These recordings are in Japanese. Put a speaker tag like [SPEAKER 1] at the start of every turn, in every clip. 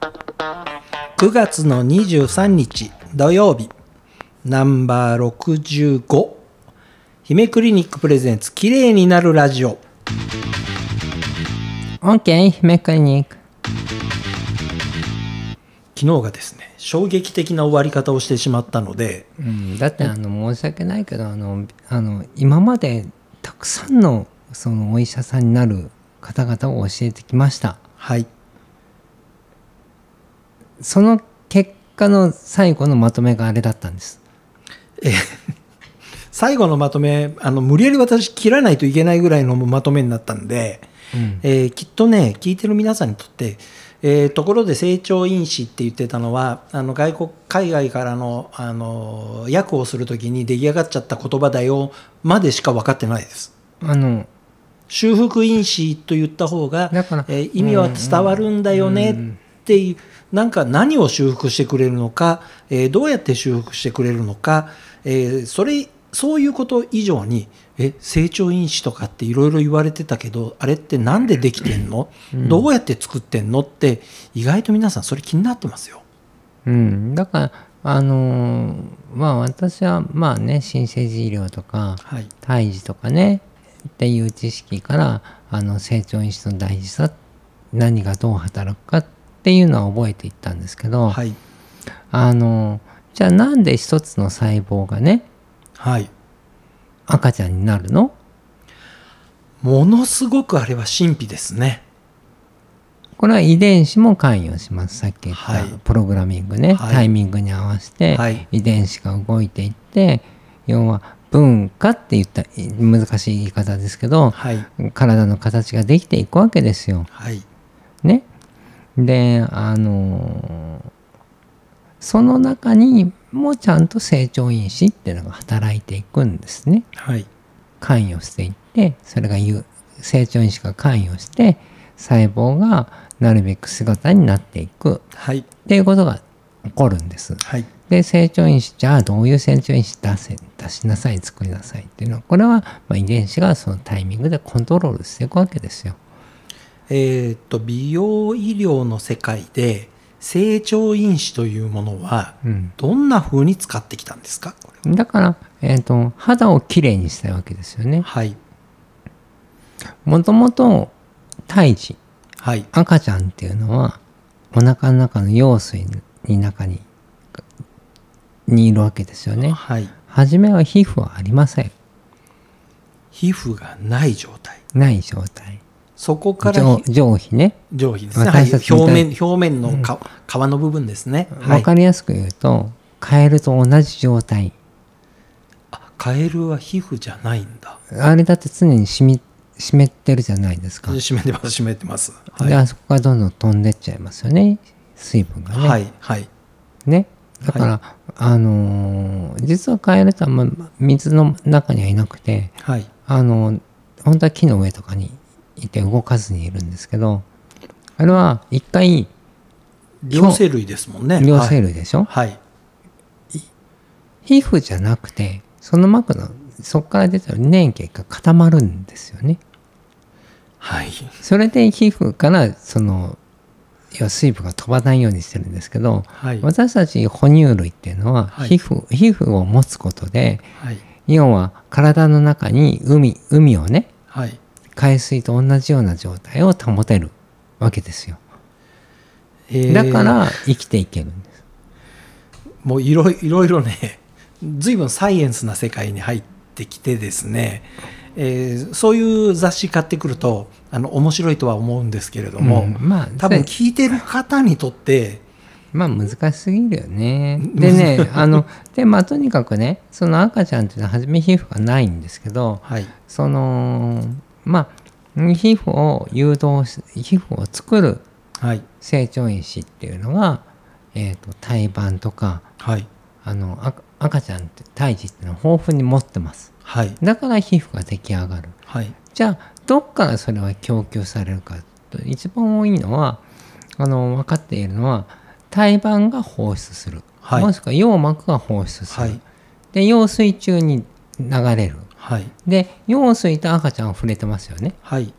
[SPEAKER 1] 9月の23日土曜日ナンバー65姫クリニックプレゼンツ綺麗になるラジオ
[SPEAKER 2] OK 姫クリニック
[SPEAKER 1] 昨日がですね衝撃的な終わり方をしてしまったので
[SPEAKER 2] うん、だってあの申し訳ないけどあのあの今までたくさんのそのお医者さんになる方々を教えてきました
[SPEAKER 1] はい
[SPEAKER 2] その結果の最後のまとめがあれだったんです
[SPEAKER 1] 最後のまとめあの無理やり私切らないといけないぐらいのまとめになったんで、
[SPEAKER 2] うん
[SPEAKER 1] えーきっとね聞いてる皆さんにとって、えーところで成長因子って言ってたのはあの外国海外からのあの訳をするときに出来上がっちゃった言葉だよまでしか分かってないです。
[SPEAKER 2] あの
[SPEAKER 1] 修復因子と言った方が、
[SPEAKER 2] だから
[SPEAKER 1] えー意味は伝わるんだよねっていう、なんか何を修復してくれるのか、えーどうやって修復してくれるのか、えーそれそういうこと以上にえ成長因子とかっていろいろ言われてたけどあれってなんでできてんの、どうやって作ってんのって意外と皆さんそれ気になってますよ。
[SPEAKER 2] うんだからあのーまあ私はまあね新生児医療とか
[SPEAKER 1] はい、
[SPEAKER 2] 胎児とかねっていう知識からあの成長因子の大事さ何がどう働くかっていうのは覚えていったんですけど、
[SPEAKER 1] はい
[SPEAKER 2] あのじゃあなんで一つの細胞がね
[SPEAKER 1] はい、
[SPEAKER 2] 赤ちゃんになるの
[SPEAKER 1] ものすごくあれは神秘ですね。
[SPEAKER 2] これは遺伝子も関与しますさっき言っ
[SPEAKER 1] はい
[SPEAKER 2] たプログラミングね、
[SPEAKER 1] はい
[SPEAKER 2] タイミングに合わせて
[SPEAKER 1] はい
[SPEAKER 2] 遺伝子が動いていって要は文化って言った難しい言い方ですけど
[SPEAKER 1] はい、
[SPEAKER 2] 体の形ができていくわけですよ。
[SPEAKER 1] はい、
[SPEAKER 2] ね、であのーその中にもちゃんと成長因子っていうのが働いていくんですね
[SPEAKER 1] はい、
[SPEAKER 2] 関与していってそれが有成長因子が関与して細胞がなるべく姿になっていく
[SPEAKER 1] はい、
[SPEAKER 2] っていうことが起こるんです。
[SPEAKER 1] はい、
[SPEAKER 2] で成長因子じゃあどういう成長因子出せ出しなさい作りなさいっていうのはこれは、まあ、遺伝子がそのタイミングでコントロールしていくわけですよ。
[SPEAKER 1] えーっと美容医療の世界で成長因子というものは
[SPEAKER 2] うん、
[SPEAKER 1] どんな風に使ってきたんですかこれ
[SPEAKER 2] だから、えー、と肌をきれいにしたいわけですよね
[SPEAKER 1] は。はい
[SPEAKER 2] もともと胎児
[SPEAKER 1] はい
[SPEAKER 2] 赤ちゃんっていうのはお腹の中の羊水に中ににいるわけですよね。
[SPEAKER 1] はい
[SPEAKER 2] 初めは皮膚はありません。
[SPEAKER 1] 皮膚がない状態
[SPEAKER 2] ない状態。
[SPEAKER 1] そこから
[SPEAKER 2] 上
[SPEAKER 1] ひ
[SPEAKER 2] 上皮ね。
[SPEAKER 1] 上皮ですね、はい、
[SPEAKER 2] 私たち
[SPEAKER 1] 表
[SPEAKER 2] みたい
[SPEAKER 1] 面表面のか、皮の部分ですね、
[SPEAKER 2] わ、
[SPEAKER 1] はい、
[SPEAKER 2] かりやすく言うとカエルと同じ状態。
[SPEAKER 1] あカエルは皮膚じゃないんだ
[SPEAKER 2] あれだって常に湿湿ってるじゃないですか。
[SPEAKER 1] 湿ってます湿ってますは
[SPEAKER 2] で
[SPEAKER 1] い
[SPEAKER 2] あそこがどんどん飛んでっちゃいますよね水分がね。
[SPEAKER 1] はいはい
[SPEAKER 2] ね。だから、あのー実はカエルってあんま水の中にはいなくて、
[SPEAKER 1] はい
[SPEAKER 2] あのー本当は木の上とかにいて動かずにいるんですけど、あれは一回
[SPEAKER 1] 両生類ですもんね
[SPEAKER 2] 両生類でしょ、
[SPEAKER 1] はい、はい、
[SPEAKER 2] 皮膚じゃなくて、その膜の、そこから出てる粘液が固まるんですよね。
[SPEAKER 1] はい、
[SPEAKER 2] それで皮膚から、その、要は水分が飛ばないようにしてるんですけど、
[SPEAKER 1] はい
[SPEAKER 2] 私たち哺乳類っていうのは、
[SPEAKER 1] はい
[SPEAKER 2] 皮膚、皮膚を持つことで、
[SPEAKER 1] はい
[SPEAKER 2] 要は体の中に海海をね
[SPEAKER 1] はい
[SPEAKER 2] 海水と同じような状態を保てるわけですよ
[SPEAKER 1] えー
[SPEAKER 2] だから生きていけるんです、
[SPEAKER 1] もういろい いろいろね、随分サイエンスな世界に入ってきてですね、えーそういう雑誌買ってくると、あの、面白いとは思うんですけれども、
[SPEAKER 2] うんまあ
[SPEAKER 1] 多分
[SPEAKER 2] そ
[SPEAKER 1] 聞
[SPEAKER 2] れ
[SPEAKER 1] いてる方にとって、
[SPEAKER 2] まあ難しすぎるよ ねでねあのでまあとにかくねその赤ちゃんっていうのは初め皮膚がないんですけど
[SPEAKER 1] はい、
[SPEAKER 2] そのまあ皮膚を誘導し皮膚を作る
[SPEAKER 1] はい、
[SPEAKER 2] 成長因子っていうのが、えー、と胎盤とか
[SPEAKER 1] はい、
[SPEAKER 2] あのあ赤ちゃんって胎児っていうのは豊富に持ってます
[SPEAKER 1] はい、
[SPEAKER 2] だから皮膚が出来上がる
[SPEAKER 1] はい、
[SPEAKER 2] じゃあどっからそれは供給されるかと一番多いのはあの分かっているのは胎盤が放出する、
[SPEAKER 1] はい
[SPEAKER 2] もしくは羊膜が放出する、
[SPEAKER 1] はい
[SPEAKER 2] で羊水中に流れる
[SPEAKER 1] はい、
[SPEAKER 2] で羊水と赤ちゃんは触れてますよね
[SPEAKER 1] はい、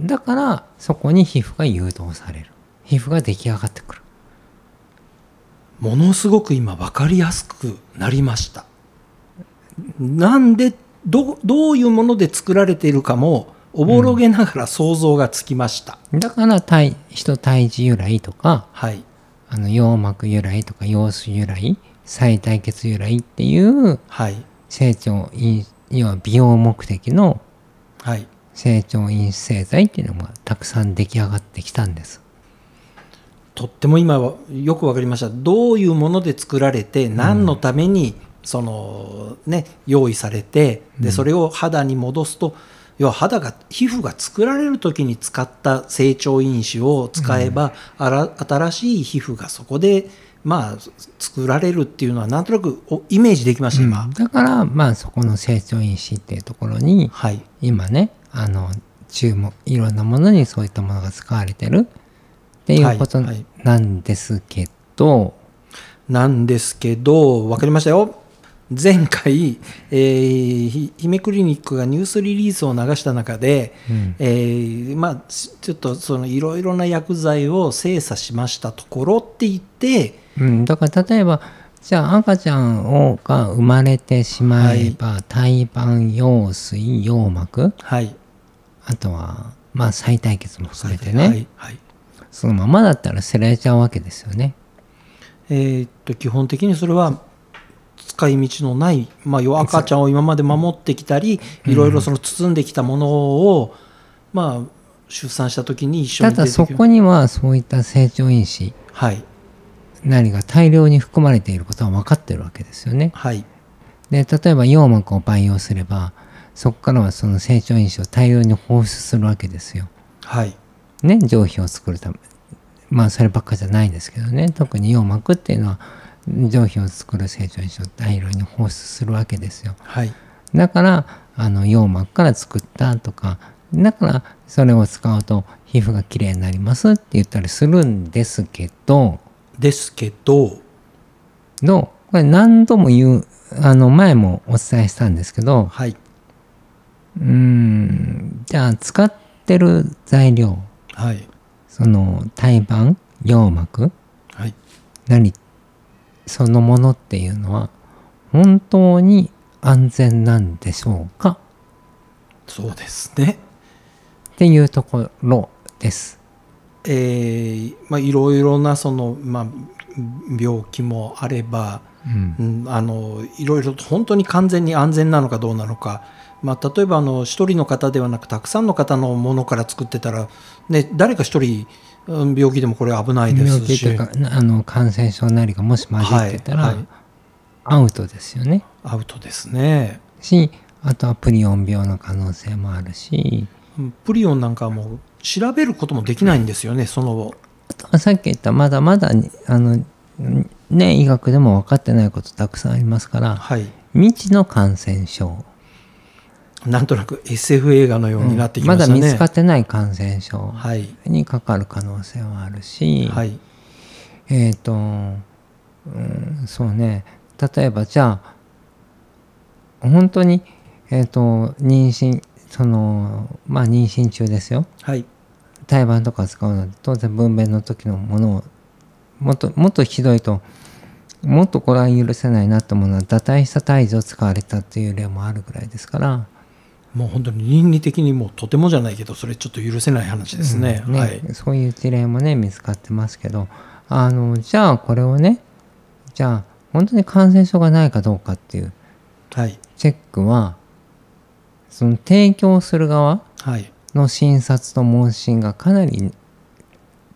[SPEAKER 2] だからそこに皮膚が誘導される皮膚が出来上がってくる
[SPEAKER 1] ものすごく今分かりやすくなりましたなんでどどういうもので作られているかもおぼろげながら想像がつきました、
[SPEAKER 2] だから体人体児由来とか
[SPEAKER 1] はい
[SPEAKER 2] あの羊膜由来とか羊水由来再体血由来っていう
[SPEAKER 1] はい
[SPEAKER 2] 成長因要は美容目的の
[SPEAKER 1] はい
[SPEAKER 2] 成長因子製剤っていうのがたくさん出来上がってきたんです。
[SPEAKER 1] とっても今はよく分かりましたどういうもので作られて何のためにその、ね、用意されて
[SPEAKER 2] う
[SPEAKER 1] で
[SPEAKER 2] ん
[SPEAKER 1] それを肌に戻すと要は肌が皮膚が作られる時に使った成長因子を使えば、あら新しい皮膚がそこで、まあ、作られるっていうのはなんとなくおイメージできました今、
[SPEAKER 2] だからまあそこの成長因子っていうところに
[SPEAKER 1] はい
[SPEAKER 2] 今ねあの注目いろんなものにそういったものが使われてるっていうこと
[SPEAKER 1] はいはい
[SPEAKER 2] なんですけど、
[SPEAKER 1] なんですけど、わかりましたよ。前回、えーひ姫クリニックがニュースリリースを流した中で、
[SPEAKER 2] うん
[SPEAKER 1] えーまあ、しちょっとそのいろいろな薬剤を精査しましたところって言って、
[SPEAKER 2] うん、だから例えばじゃあ赤ちゃんをが生まれてしまえば、胎盤羊水羊膜
[SPEAKER 1] はい、
[SPEAKER 2] あとはまあ再対血も含めてね、
[SPEAKER 1] はいはい
[SPEAKER 2] そのままだったら捨てられちゃうわけですよね。
[SPEAKER 1] えーっと基本的にそれは使い道のない、まあ、要は赤ちゃんを今まで守ってきたり、いろいろその包んできたものを、まあ、出産した時に一緒
[SPEAKER 2] た
[SPEAKER 1] に出
[SPEAKER 2] だ
[SPEAKER 1] てき
[SPEAKER 2] そこにはそういった成長因子
[SPEAKER 1] はい
[SPEAKER 2] なりが大量に含まれていることは分かってるわけですよね。
[SPEAKER 1] はい
[SPEAKER 2] で例えば羊膜を培養すればそこからはその成長因子を大量に放出するわけですよ。
[SPEAKER 1] はい
[SPEAKER 2] ね、上皮を作るためまあそればっかじゃないですけどね特に羊膜っていうのは上皮を作る成長因子を大量に放出するわけですよ
[SPEAKER 1] はい
[SPEAKER 2] だからあの羊膜から作ったとかだからそれを使うと皮膚がきれいになりますって言ったりするんですけど
[SPEAKER 1] ですけど
[SPEAKER 2] どうこれ何度も言うあの前もお伝えしたんですけど
[SPEAKER 1] はい、
[SPEAKER 2] うーんじゃあ使ってる材料
[SPEAKER 1] はい、
[SPEAKER 2] その胎盤羊膜
[SPEAKER 1] はい、
[SPEAKER 2] 何そのものっていうのは本当に安全なんでしょうか
[SPEAKER 1] そうですね。
[SPEAKER 2] っていうところです。
[SPEAKER 1] えーまあ、いろいろなその、まあ、病気もあれば、
[SPEAKER 2] うん
[SPEAKER 1] うん、あのいろいろと本当に完全に安全なのかどうなのか、まあ、例えばあの一人の方ではなくたくさんの方のものから作ってたら、ね、誰か一人うん病気でもこれ危ないで
[SPEAKER 2] 病
[SPEAKER 1] す
[SPEAKER 2] 気と
[SPEAKER 1] し
[SPEAKER 2] いうかなあの感染症なりがもし混じってたら、
[SPEAKER 1] はいはい
[SPEAKER 2] アウトですよね。
[SPEAKER 1] アウトですね。
[SPEAKER 2] しあとはプリオン病の可能性もあるし
[SPEAKER 1] プリオンなんかはもう調べることもできないんですよね、その
[SPEAKER 2] あとはさっき言ったまだまだにあの、ね、医学でも分かってないことたくさんありますから
[SPEAKER 1] はい、
[SPEAKER 2] 未知の感染症
[SPEAKER 1] なんとなく SF 映画のようになってき
[SPEAKER 2] ま
[SPEAKER 1] ました
[SPEAKER 2] だ
[SPEAKER 1] ね。
[SPEAKER 2] 見つかってない感染症
[SPEAKER 1] はい、
[SPEAKER 2] にかかる可能性はあるし、
[SPEAKER 1] はい、
[SPEAKER 2] えっ、と、うん、そうね例えばじゃあ本当にえっ、と妊娠そのまあ妊娠中ですよ
[SPEAKER 1] はい、
[SPEAKER 2] 胎盤とか使うのは当然分娩の時のものをもっともっとひどいともっとこれは許せないなと思うのは堕胎した胎児を使われたっていう例もあるぐらいですから。
[SPEAKER 1] もう本当に倫理的にもうとてもじゃないけど、それちょっと許せない話ですね。
[SPEAKER 2] うん
[SPEAKER 1] はい、
[SPEAKER 2] そういう事例もね見つかってますけどあのじゃあこれをねじゃあ本当に感染症がないかどうかっていう
[SPEAKER 1] はい、
[SPEAKER 2] チェックはその提供する側
[SPEAKER 1] はい、
[SPEAKER 2] の診察と問診がかなり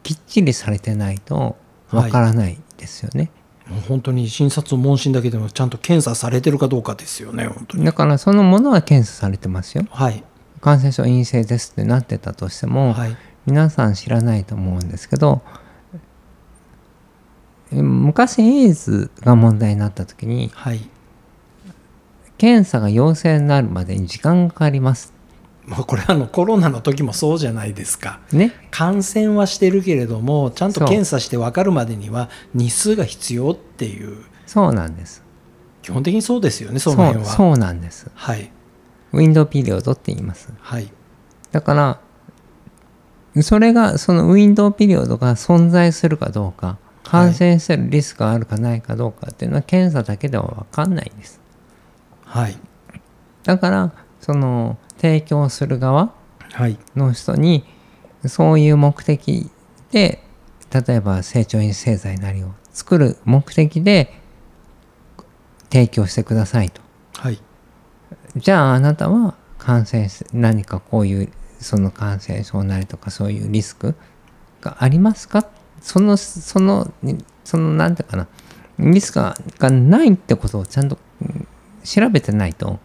[SPEAKER 2] きっちりされてないとわからないですよね、
[SPEAKER 1] もう本当に診察問診だけでもちゃんと検査されてるかどうかですよね、本当に。
[SPEAKER 2] だからそのものは検査されてますよ
[SPEAKER 1] はい、
[SPEAKER 2] 感染症陰性ですってなってたとしても、
[SPEAKER 1] はい、
[SPEAKER 2] 皆さん知らないと思うんですけどえ昔エイズが問題になった時に
[SPEAKER 1] はい、
[SPEAKER 2] 検査が陽性になるまでに時間がかかります
[SPEAKER 1] もうこれあのコロナの時もそうじゃないですか。
[SPEAKER 2] ね
[SPEAKER 1] 感染はしてるけれども、ちゃんと
[SPEAKER 2] そう
[SPEAKER 1] 検査して分かるまでには日数が必要っていう、
[SPEAKER 2] そうなんです
[SPEAKER 1] 基本的にそうですよね、そ
[SPEAKER 2] そう
[SPEAKER 1] の辺は。
[SPEAKER 2] そうなんです
[SPEAKER 1] はい、
[SPEAKER 2] ウィンドウピリオドって言います
[SPEAKER 1] はい、
[SPEAKER 2] だからそれがそのウィンドウピリオドが存在するかどうか感染するリスクがあるかないかどうかっていうのは検査だけでは分かんないんです
[SPEAKER 1] はい
[SPEAKER 2] だからその提供する側
[SPEAKER 1] はい
[SPEAKER 2] の人にそういう目的で例えば成長因子製剤なりを作る目的で提供してくださいと
[SPEAKER 1] はい
[SPEAKER 2] じゃああなたは感染し何かこういうその感染症なりとかそういうリスクがありますかそのそのにそのなんていうかなリスクががないってことをちゃんとうん調べてないと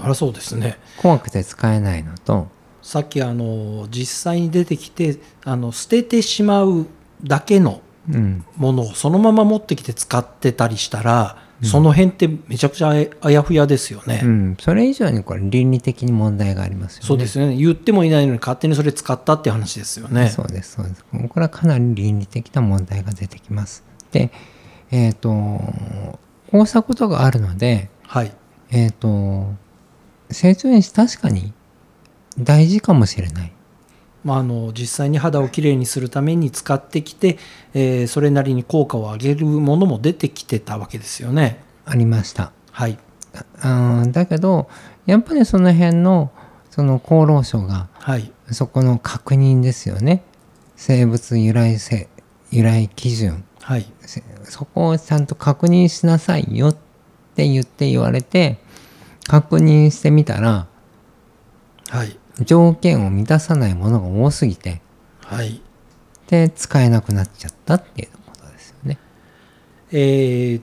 [SPEAKER 1] そりゃそうですね
[SPEAKER 2] 怖くて使えないのと
[SPEAKER 1] さっきあの実際に出てきてあの捨ててしまうだけの
[SPEAKER 2] うん
[SPEAKER 1] ものをそのまま持ってきて使ってたりしたら、
[SPEAKER 2] うん
[SPEAKER 1] その辺ってめちゃくちゃあやあやふやですよね、
[SPEAKER 2] うん、それ以上にこれ倫理的に問題がありますよね。
[SPEAKER 1] そうですよね言ってもいないのに勝手にそれ使ったっていう話ですよね
[SPEAKER 2] そうですそうですこれはかなり倫理的な問題が出てきます。でえっ、とこうしたことがあるので
[SPEAKER 1] はい
[SPEAKER 2] えっ、と成長因子確かに大事かもしれない。
[SPEAKER 1] まあ、あの実際に肌をきれいにするために使ってきて、えーそれなりに効果を上げるものも出てきてたわけですよね。
[SPEAKER 2] ありました。
[SPEAKER 1] はい、
[SPEAKER 2] あーだけどやっぱりその辺のその厚労省が
[SPEAKER 1] はい、
[SPEAKER 2] そこの確認ですよね生物由来性由来基準
[SPEAKER 1] はい、
[SPEAKER 2] せそこをちゃんと確認しなさいよって言って言われて確認してみたら
[SPEAKER 1] はい、
[SPEAKER 2] 条件を満たさないものが多すぎて
[SPEAKER 1] はい。
[SPEAKER 2] で使えなくなっちゃったっていうことですよね。
[SPEAKER 1] えー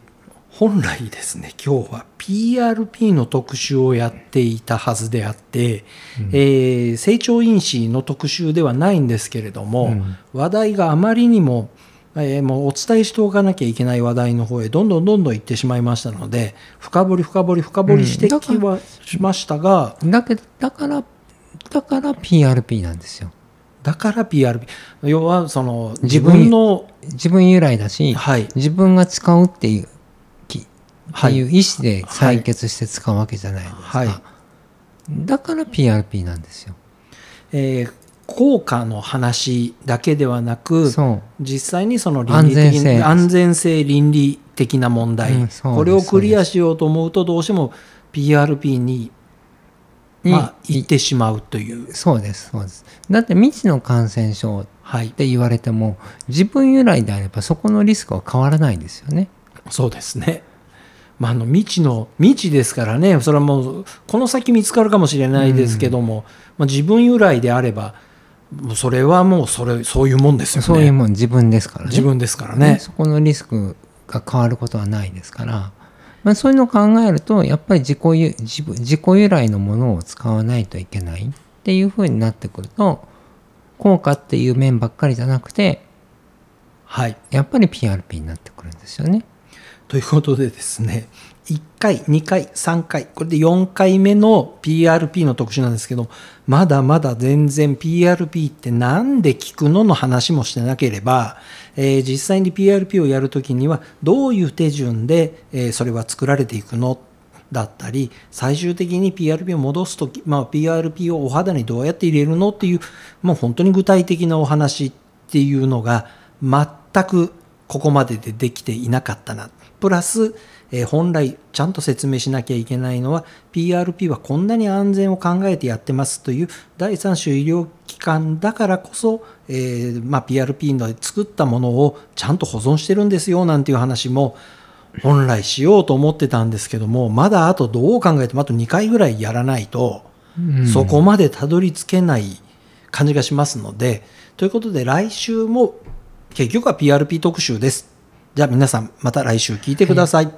[SPEAKER 1] 本来ですね、今日は PRP の特集をやっていたはずであって、えー成長因子の特集ではないんですけれども、
[SPEAKER 2] うん
[SPEAKER 1] 話題があまりにも、えーもうお伝えしておかなきゃいけない話題の方へどんどんどんどん行ってしまいましたので、深掘り深掘り深掘りして
[SPEAKER 2] うんだか
[SPEAKER 1] きはしましたが、
[SPEAKER 2] だけどだからだから PRP なんですよ。
[SPEAKER 1] だから PRP、要はその自
[SPEAKER 2] 自分
[SPEAKER 1] 分の、
[SPEAKER 2] 自分由来だし
[SPEAKER 1] はい、
[SPEAKER 2] 自分が使うっていうきって
[SPEAKER 1] はい
[SPEAKER 2] いう意思で採決して使うわけじゃないですか。
[SPEAKER 1] はい
[SPEAKER 2] だから PRP なんですよ。
[SPEAKER 1] えー効果の話だけではなく、
[SPEAKER 2] そう
[SPEAKER 1] 実際にその倫理
[SPEAKER 2] 安
[SPEAKER 1] 的
[SPEAKER 2] 全性
[SPEAKER 1] な安全性倫理的な問題、
[SPEAKER 2] うんそうです
[SPEAKER 1] これをクリアしようと思うとどうしても PRP に、
[SPEAKER 2] に
[SPEAKER 1] まあ、行ってしまうという、
[SPEAKER 2] そうですそうですだって未知の感染症っ
[SPEAKER 1] はい、
[SPEAKER 2] て言われても自分由来であればそこのリスクは変わらないですよね
[SPEAKER 1] そうですね、まあ、あの未知の未知ですからねそれはもうこの先見つかるかもしれないですけども、まあ、自分由来であればもうそれはもうそれそういうもんですよね
[SPEAKER 2] そういうもん自分ですからね
[SPEAKER 1] 自分ですからね
[SPEAKER 2] そこのリスクが変わることはないですから、まあ、そういうのを考えるとやっぱり自己由自分自己由来のものを使わないといけないっていうふうになってくると効果っていう面ばっかりじゃなくて
[SPEAKER 1] はい
[SPEAKER 2] やっぱり PRP になってくるんですよね。
[SPEAKER 1] ということでですね、1回、2回、3回、これで4回目の PRP の特集なんですけど、まだまだ全然 PRP ってなんで効くのの話もしてなければ、えー実際に PRP をやるときには、どういう手順で、えーそれは作られていくのだったり、最終的に PRP を戻すとき、まあ、PRP をお肌にどうやって入れるのっていう、もう本当に具体的なお話っていうのが、全くここまででできていなかったな。プラス、えー本来ちゃんと説明しなきゃいけないのは PRP はこんなに安全を考えてやってますという第三種医療機関だからこそ、えーまあ、PRP の作ったものをちゃんと保存してるんですよなんていう話も本来しようと思ってたんですけどもまだあとどう考えてもあと2回ぐらいやらないと。
[SPEAKER 2] うん
[SPEAKER 1] そこまでたどり着けない感じがしますので、ということで来週も結局は PRP 特集です。じゃあ皆さんまた来週聞いてください